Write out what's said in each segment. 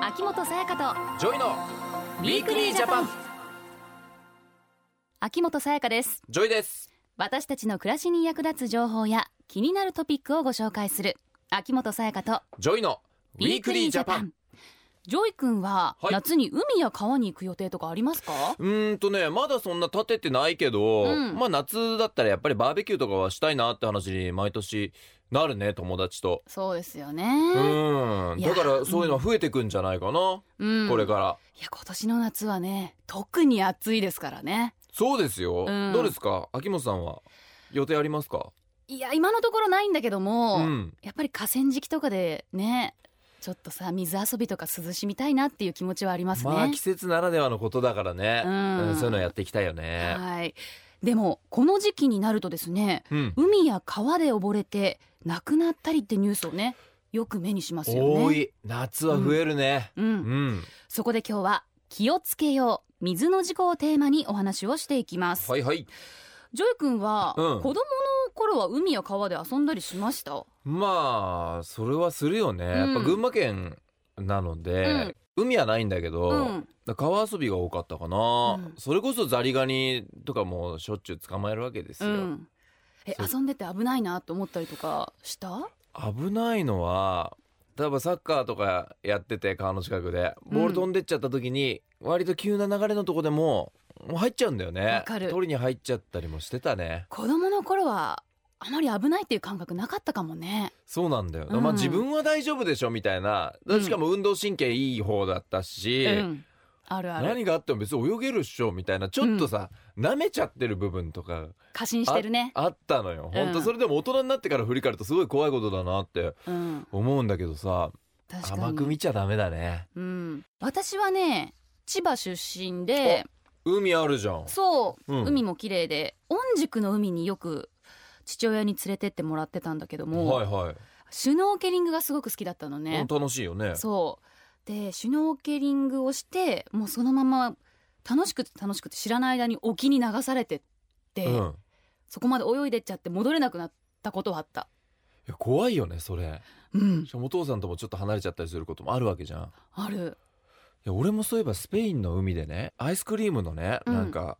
秋元さやかとジョイのウィークリージャパン秋元さやかですジョイです私たちの暮らしに役立つ情報や気になるトピックをご紹介する秋元さやかとジョイのウィークリージャパンジョイ君ははい夏に海や川に行く予定とかありますか、うーんとねまだそんな立ててないけど、うんまあ夏だったらやっぱりバーベキューとかはしたいなって話に毎年なるね友達とそうですようね、ーんいやだからそういうのは増えてくんじゃないかな、うんこれからいや今年の夏はね特に暑いですからねそうですよ、うんどうですか秋元さんは予定ありますかいや今のところないんだけども、うんやっぱり河川敷とかでねちょっとさ水遊びとか涼しみたいなっていう気持ちはありますね、まあ季節ならではのことだからね、うんそういうのやっていきたいよね、はい。でもこの時期になるとですね、うん海や川で溺れて亡くなったりってニュースをね、よく目にしますよね。多い夏は増えるね、ううんん。そこで今日は気をつけよう水の事故をテーマにお話をしていきます。はいはいジョイ君は、うん子供の頃は海や川で遊んだりしました。まあそれはするよね、やっぱ群馬県なので、海はないんだけど、うん。川遊びが多かったかな、うんそれこそザリガニとかもしょっちゅう捕まえるわけですうよ、ん。えそう遊んでて危ないなと思ったりとかした？危ないのは例えばサッカーとかやってて川の近くでボール飛んでっちゃった時に、割と急な流れのとこでももう入っちゃうんだよわねかる取りに入っちゃったりもしてたね子供の頃はあまり危ないっていう感覚なかったかもね。そうなんだよ、うんまあ自分は大丈夫でしょみたいなうんしかも運動神経いい方だったし、うん。あるある。何があっても別に泳げるっしょみたいなちょっとさ、舐めちゃってる部分とか過信してるね。あったのよ、ほんうとんそれでも大人になってから振り返るとすごい怖いことだなってうん。思うんだけどさ確かに甘く見ちゃダメだねうん、私はね千葉出身で海あるじゃんそう、うん海も綺麗で御宿の海によく父親に連れてってもらってたんだけども、はいはい、シュノーケリングがすごく好きだったのね、楽しいよねそうでシュノーケリングをしてもうそのまま楽しくて楽しくて知らない間に沖に流されてって、うんそこまで泳いでっちゃって戻れなくなったことはあったいや怖いよねそれうんしかもお父さんともちょっと離れちゃったりすることもあるわけじゃんいあるや俺もそういえばスペインの海でねアイスクリームのね、うんなんか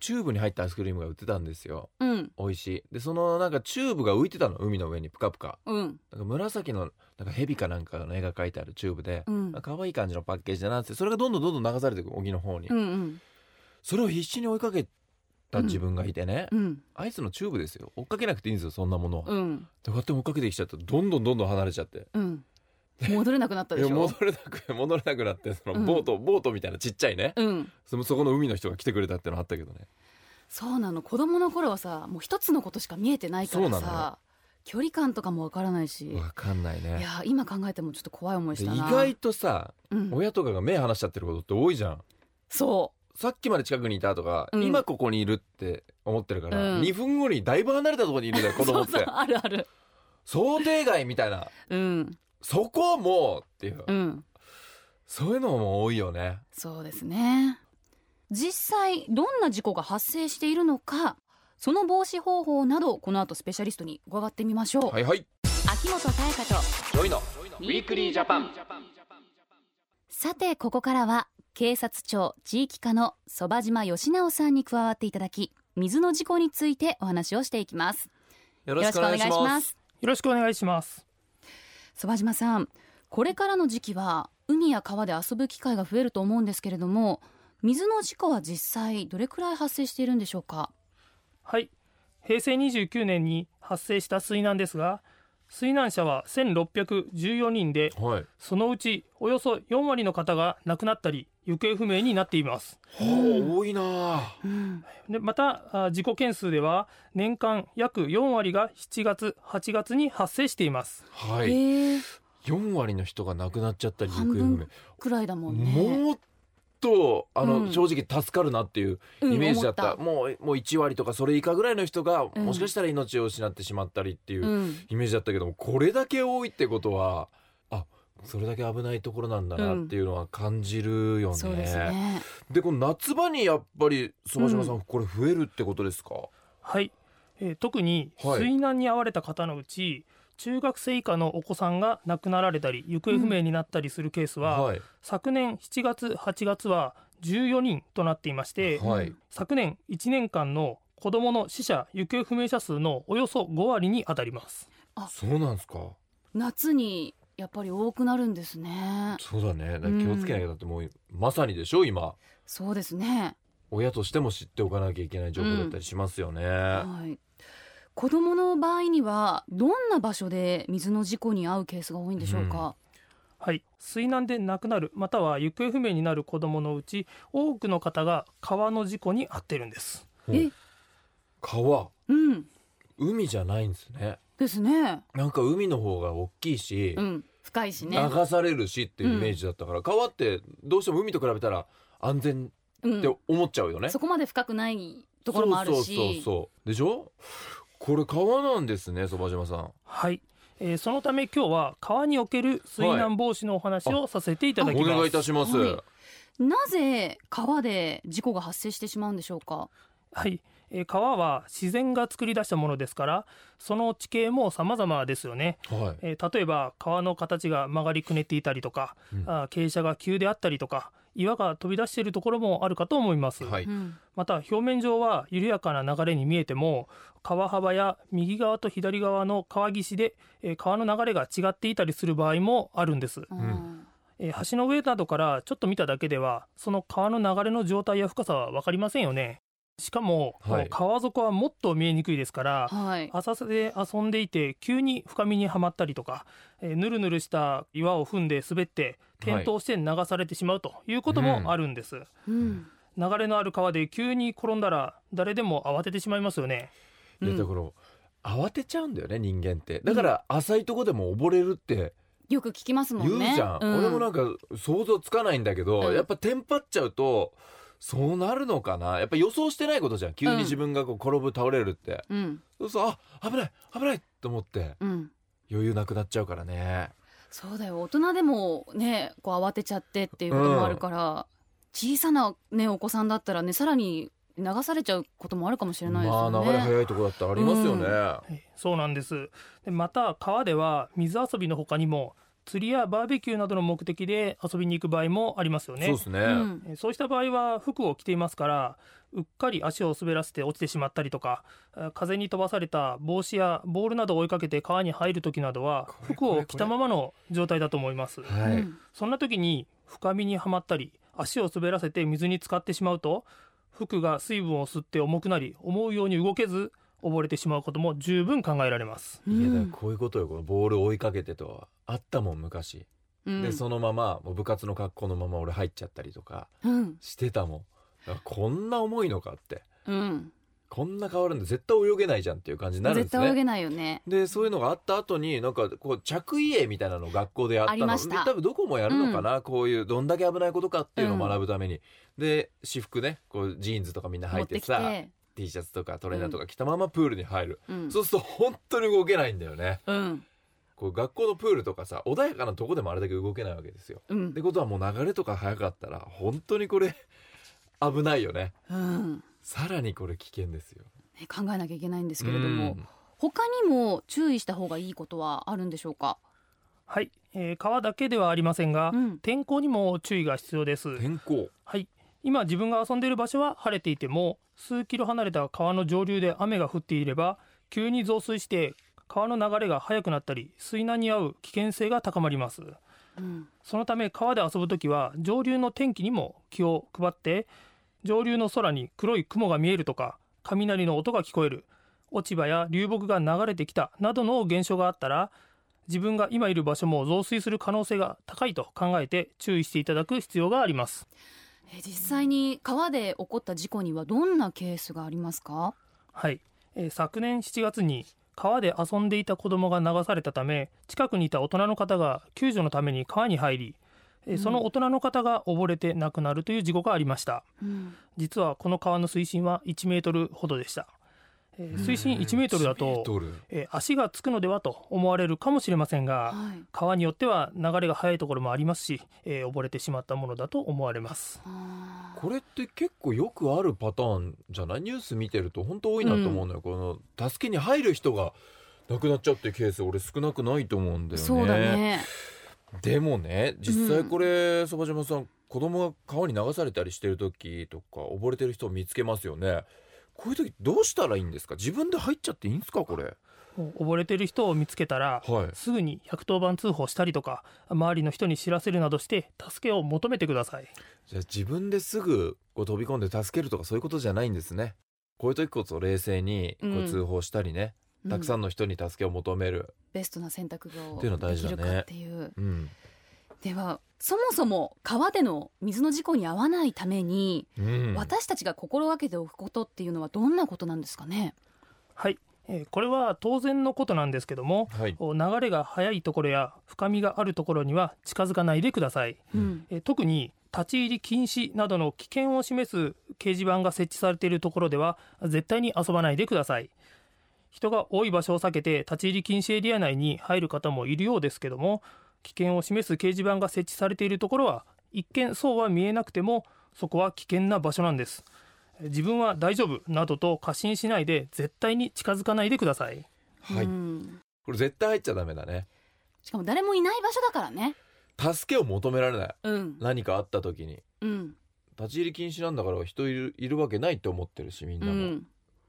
チューブに入ったアイスクリームが売ってたんですようん美味しいでそのなんかチューブが浮いてたの海の上にプカプカうんなんか紫のなんか蛇かなんかの絵が描いてあるチューブで、うんあ可愛い感じのパッケージだなってそれがどんどんどんどん流されていく沖の方に、うんうんそれを必死に追いかけた自分がいてね、うんアイスのチューブですよ追っかけなくていいんですよそんなものは、でうんこうやって追っかけてきちゃったらどんどんどんどん離れちゃってうん戻れなくなったいでやしょ戻れなく 戻れなくなってそのうんボート、ボートみたいなちっちゃいねうんそのそこの海の人が来てくれたってのあったけどねそうなの子供の頃はさもう一つのことしか見えてないからそうなさ距離感とかもわからないし、わかんないいねや今考えてもちょっと怖い思いでした意な外とさうん、親とかが目離しちゃってることって多いじゃんそさっきまで近くにいたとか、うん今ここにいるって思ってるから、うん2分後にだいぶ離れたところにいるんだよう子 そ供うってそうあるある想定外みたいなうんそこをもうっていう、うんそういうのも多いよねそうですね実際どんな事故が発生しているのかその防止方法などこの後スペシャリストに伺ってみましょう、はいはい秋元彩香とジョイのウィークリージャパンさてここからは警察庁地域課のそば島義直さんに加わっていただき水の事故についてお話をしていきますよよろしくお願いしますよろしくお願いします。そば島さんこれからの時期は海や川で遊ぶ機会が増えると思うんですけれども水の事故は実際どれくらい発生しているんでしょうかはい。平成29年に発生した水難ですが、水難者は1614人で、はいそのうちおよそ4割の方が亡くなったり、行方不明になっています。はあ多いなあうんでまた、あ事故件数では、年間約4割が7月、8月に発生しています。はいえー、 4割の人が亡くなっちゃったり行方不半明分くらいだもんねもっとあの、うん正直助かるなっていううんイメージだった,、思もうもう1割とかそれ以下ぐらいの人が、うんもしかしたら命を失ってしまったりっていう、うんイメージだったけどもこれだけ多いってことはあそれだけ危ないところなんだなっていうのは感じるよね。そうですねでこの夏場にやっぱり相島さん、これ増えるってことですかはい。えー特にはい水難に遭われた方のうち、中学生以下のお子さんが亡くなられたり行方不明になったりするケースは、はい昨年7月8月は14人となっていまして、はい昨年1年間の子どもの死者行方不明者数のおよそ5割に当たりますそうなんですか夏にやっぱり多くなるんですねそうだねだから気をつけなきゃだってもうまさにでしょ今そうですね親としても知っておかなきゃいけない情報だったりしますよね、はい子供の場合にはどんな場所で水の事故に遭うケースが多いんでしょうか、はい水難で亡くなるまたは行方不明になる子どものうち多くの方が川の事故に遭ってるんですうんえ川うん海じゃないんですねですねなんか海の方が大きいし、うん深いしね流されるしっていうイメージだったから、川ってどうしても海と比べたら安全うんって思っちゃうよね、そこまで深くないところもあるしそうそうそうそうでしょこれ川なんですねそば島さんはい、えーそのため今日は川における水難防止のお話をさせていただきおます、願いいたします、はいなぜ川で事故が発生してしまうんでしょうかはい、えー川は自然が作り出したものですからその地形も様々ですよね、はいえー例えば川の形が曲がりくねっていたりとか、うんあー傾斜が急であったりとか岩が飛び出しているところもあるかと思います、はい、うんまた表面上は緩やかな流れに見えても川幅や右側と左側の川岸で、えー川の流れが違っていたりする場合もあるんです、うんえー橋の上などからちょっと見ただけではその川の流れの状態や深さは分かりませんよねしかも、はい川底はもっと見えにくいですからはい浅瀬で遊んでいて急に深みにはまったりとか、えーぬるぬるした岩を踏んで滑って転倒して流されてしまうということもあるんです、うん流れのある川で急に転んだら誰でも慌ててしまいますよねいやだから慌てちゃうんだよね人間ってだから浅いとこでも溺れるってよく聞きますも言んうねじゃん、う俺もなんか想像つかないんだけど、うんやっぱテンパっちゃうとそうなるのかなやっぱ予想してないことじゃん急に自分がこう転ぶ倒れるって、うんそうそうあ危ない危ないと思ってうん余裕なくなっちゃうからねそうだよ大人でもねこう慌てちゃってっていうこともあるから、小さな、ね、お子さんだったらねさらに流されちゃうこともあるかもしれないですまよあね。流れ早いとこだってありますよね、うんはいそうなんですでまた川では水遊びの他にも釣りやバーベキューなどの目的で遊びに行く場合もありますよねそうですね、うんえーそうした場合は服を着ていますからうっかり足を滑らせて落ちてしまったりとかえー風に飛ばされた帽子やボールなどを追いかけて川に入る時などはこれ服を着たままの状態だと思いますはい、うんそんな時に深みにはまったり足を滑らせて水に浸かってしまうと服が水分を吸って重くなり思うように動けず溺れてしまうことも十分考えられますういやだからんこういうことよこのボール追いかけてとはあったもん昔、うんでそのままもう部活の格好のまま俺入っちゃったりとかうんしてたもんだからこんな重いのかってうんこんな変わるんで絶対泳げないじゃんっていう感じになるんで絶す対泳ねげないよね。でそういうのがあった後になんかこう着衣泳みたいなのを学校でやったあのりました多分どこもやるのかな、こういうどんだけ危ないことかっていうのを学ぶために、で私服ねこうジーンズとかみんな持履っいててきさて、 T シャツとかトレーナーとか着たままプールに入る、うんそうすると本当に動けないんだよねうんこう学校のプールとかさ穏やかなとこでもあれだけ動けないわけですようんってことはもう流れとか早かったら本当にこれ 危ないよねうんさらにこれ危険ですよね考えなきゃいけないんですけれども、うん他にも注意した方がいいことはあるんでしょうか。はい、えー川だけではありませんが、うん天候にも注意が必要です天候はい今自分が遊んでいる場所は晴れていても数キロ離れた川の上流で雨が降っていれば急に増水して川の流れが速くなったり水難に遭う危険性が高まりますうんそのため川で遊ぶときは上流の天気にも気を配って上流の空に黒い雲が見えるとか雷の音が聞こえる落ち葉や流木が流れてきたなどの現象があったら自分が今いる場所も増水する可能性が高いと考えて注意していただく必要がありますえ実際に川で起こった事故にはどんなケースがありますか。はい、えー昨年7月に川で遊んでいた子供が流されたため近くにいた大人の方が救助のために川に入りえーその大人の方が溺れて亡くなるという事故がありましたうん実はこの川の水深は1メートルほどでした、えー水深1メートルだ1メーとトルえー足がつくのではと思われるかもしれませんはが、い川によっては流れが速いところもありますし、えー溺れてしまったものだと思われますあーこれって結構よくあるパターンじゃないニュース見てると本当多いなと思うのよ、この助けに入る人がなくなっちゃうっていうケース俺少なくないと思うんだよねそうだねでもね実際これそば、島さん子供が川に流されたりしてる時とか溺れてる人を見つけますよねこういう時どうしたらいいんですか自分で入っちゃっていいんですかこれもう溺れてる人を見つけたら、はいすぐに110番通報したりとか周りの人に知らせるなどして助けを求めてくださいじゃあ自分ですぐこう飛び込んで助けるとかそういうことじゃないんですねこういう時こそ冷静にこううん通報したりね、たくさうんんの人に助けを求めるベストな選択っをていうのは大で事きだねるかっていううん、ではそもそも川での水の事故に遭わないために、うん、私たちが心がけておくことっていうのはどんなことなんですかねはい、えーこれは当然のことなんですけどもはいお流れが速いところや深みがあるところには近づかないでください、うんうんえー特に立ち入り禁止などの危険を示す掲示板が設置されているところでは絶対に遊ばないでください人が多い場所を避けて立ち入り禁止エリア内に入る方もいるようですけども危険を示す掲示板が設置されているところは一見そうは見えなくてもそこは危険な場所なんですえー自分は大丈夫などと過信しないで絶対に近づかないでくださいはい、うんこれ絶対入っちゃダメだねしかも誰もいない場所だからね助けを求められないうん何かあった時にうん立ち入り禁止なんだから人いるいるわけないって思ってるしみんうなも、ん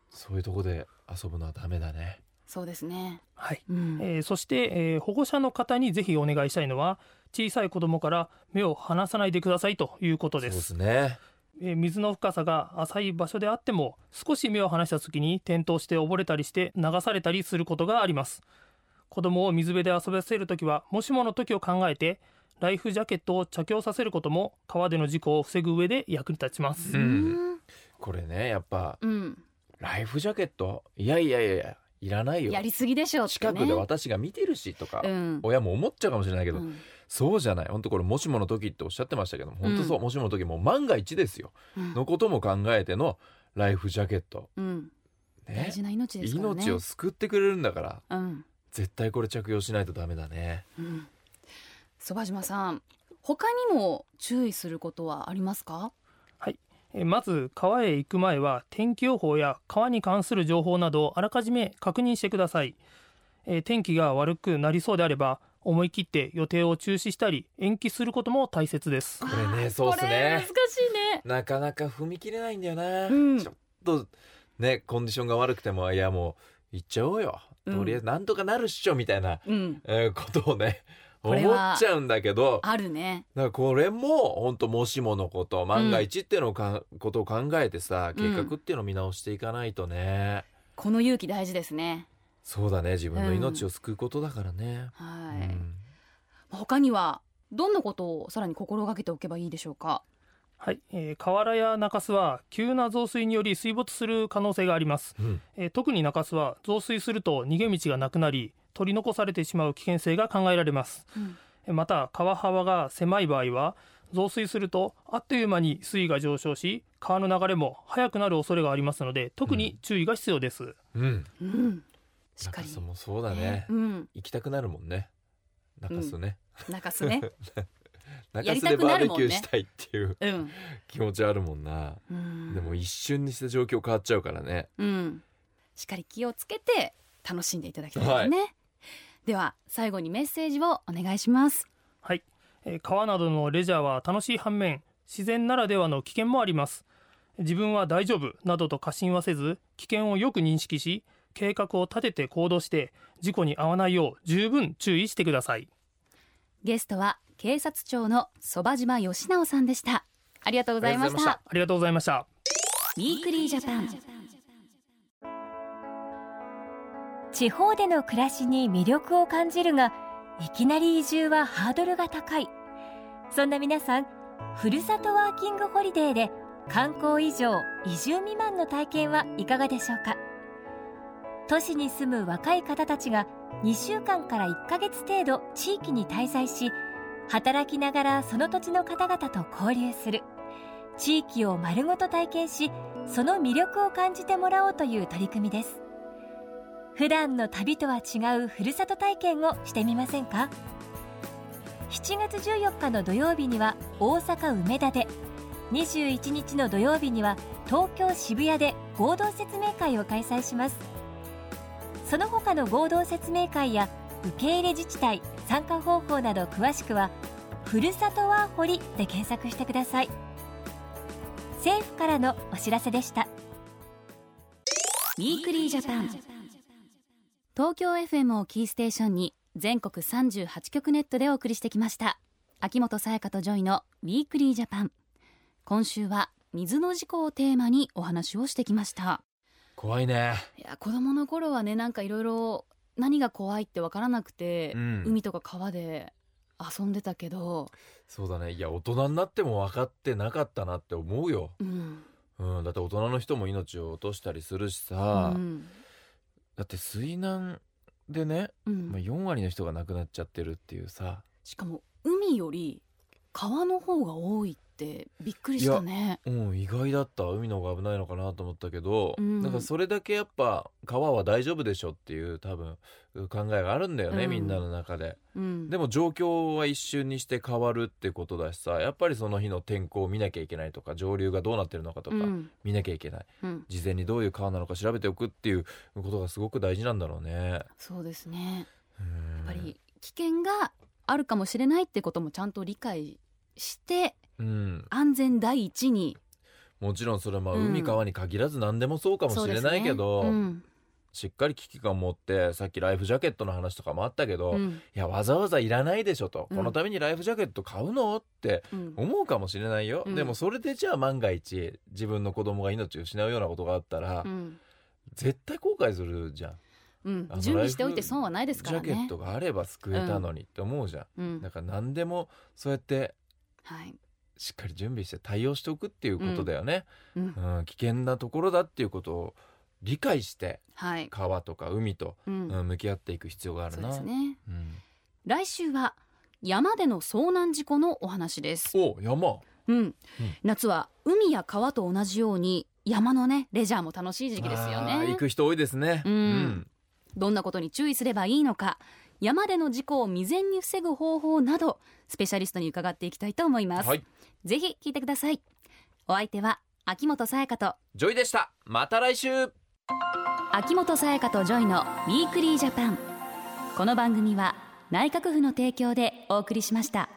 そういうとこで遊ぶのはダメだねそうですねはいうんえーそして、えー保護者の方にぜひお願いしたいのは小さい子供から目を離さないでくださいということそうでですすねえー水の深さが浅い場所であっても少し目を離した時に転倒して溺れたりして流されたりすることがあります子供を水辺で遊ばせるときはもしもの時を考えてライフジャケットを着用させることも川での事故を防ぐ上で役に立ちます、ううんんこれねやっぱうんライフジャケットいやいやいやいやいらないよやりすぎでしょうってね近くで私が見てるしとか、うん親も思っちゃうかもしれないけど、うんそうじゃない本当これもしもの時っておっしゃってましたけども本当そう、うんもしもの時もう万が一ですようんのことも考えてのライフジャケットうん大ね事な命ですからね命を救ってくれるんだからうん絶対これ着用しないとダメだねうんそば島さん他にも注意することはありますかえーまず川へ行く前は天気予報や川に関する情報などをあらかじめ確認してください、えー天気が悪くなりそうであれば思い切って予定を中止したり延期することも大切ですこれねそうっすねこれ難しいねなかなか踏み切れないんだよな、うんちょっとねコンディションが悪くてもいやもう行っちゃおうよ、うんとりあえずなんとかなるっしょみたいな、うんえーことをねこ思れはっちゃうんだけどあるねだからこれも本当もしものこと万が一っていうのをか、ことを考えてさ計画っていうのを見直していかないとね、この勇気大事ですねそうだね自分の命を救うことだからね、はい、うん他にはどんなことをさらに心がけておけばいいでしょうかはい、えー河原や中州は急な増水により水没する可能性があります、うんえー特に中州は増水すると逃げ道がなくなり取り残されてしまう危険性が考えられますうんえーまた川幅が狭い場合は増水するとあっという間に水位が上昇し川の流れも速くなる恐れがありますので特に注意が必要です、うん、うんしっか中り洲もそうだね、うん行きたくなるもんね中洲ね、泣かす ねや中り洲たでくなバーるベもキんねューしたいっていううん気持ちあるもんな、うんでも一瞬にして状況変わっちゃうからねうん、しっかり気をつけて楽しんでいただきたいですね、では最後にメッセージをお願いしますはい、えー川などのレジャーは楽しい反面自然ならではの危険もあります自分は大丈夫などと過信はせず危険をよく認識し計画を立てて行動して事故に遭わないよう十分注意してくださいゲストは警察庁のそば島義直さんでしたありがとうございましたあありがとうございましたウィークリージャパン地方での暮らしに魅力を感じるがいきなり移住はハードルが高いそんな皆さんふるさとワーキングホリデーで観光以上移住未満の体験はいかがでしょうか都市に住む若い方たちが2週間から1ヶ月程度地域に滞在し働きながらその土地の方々と交流する地域を丸ごと体験しその魅力を感じてもらおうという取り組みです普段の旅とは違うふるさと体験をしてみませんか7月14日の土曜日には大阪梅田で21日の土曜日には東京渋谷で合同説明会を開催しますその他の合同説明会や受け入れ自治体参加方法など詳しくは「ふるさとワーホリ」で検索してください政府からのお知らせでしたウィークリージャパン東京 FM をキーステーションに全国38局ネットでお送りしてきました秋元才加とジョイのウィークリージャパン今週は水の事故をテーマにお話をしてきました怖いねいや子供の頃はねなんかいろいろ何が怖いってわからなくて、うん海とか川で遊んでたけど、そうだねいや大人になっても分かってなかったなって思うよ、うんうん、だって大人の人も命を落としたりするしさ、うんだって水難でね、うんまあ、4割の人が亡くなっちゃってるっていうさしかも海より川の方が多いってびっくりしたねうん、意外だった海の方が危ないのかなと思ったけど、うんなんかそれだけやっぱ川は大丈夫でしょっていう多分考えがあるんだよね、うんみんなの中でうんでも状況は一瞬にして変わるってことだしさやっぱりその日の天候を見なきゃいけないとか上流がどうなってるのかとか、うん見なきゃいけないうん事前にどういう川なのか調べておくっていうことがすごく大事なんだろうね。そうですねうんやっぱり危険があるかもしれないってこともちゃんと理解してうん、安全第一にもちろんそれはまあうん海川に限らず何でもそうかもしれないけど、そうですねしっかり危機感を持ってさっきライフジャケットの話とかもあったけど、うんういんやわざわざいらないでしょと、うんこのためにライフジャケット買うのってうん思うかもしれないよ、うんでもそれでじゃあ万が一自分の子供が命を失うようなことがあったら、うん絶対後悔するじゃんうんあの準備しておいて損はないですからジャケッねトがあれば救えたのにって思うじゃん、うんだから何でもそうやってはいしっかり準備して対応しておくっていうことだよね、うんうん危険なところだっていうことを理解してはい川とか海と、うんうん向き合っていく必要があるそうでな。すねうん来週は山での遭難事故のお話ですお山うん、夏は海や川と同じように山のねレジャーも楽しい時期ですよあーね行く人多いですね。うんどんなことに注意すればいいのか山での事故を未然に防ぐ方法などスペシャリストに伺っていきたいと思います、はい、ぜひ聞いてくださいお相手は秋元才加とジョイでした。また来週。秋元才加とジョイのウィークリージャパンこの番組は内閣府の提供でお送りしました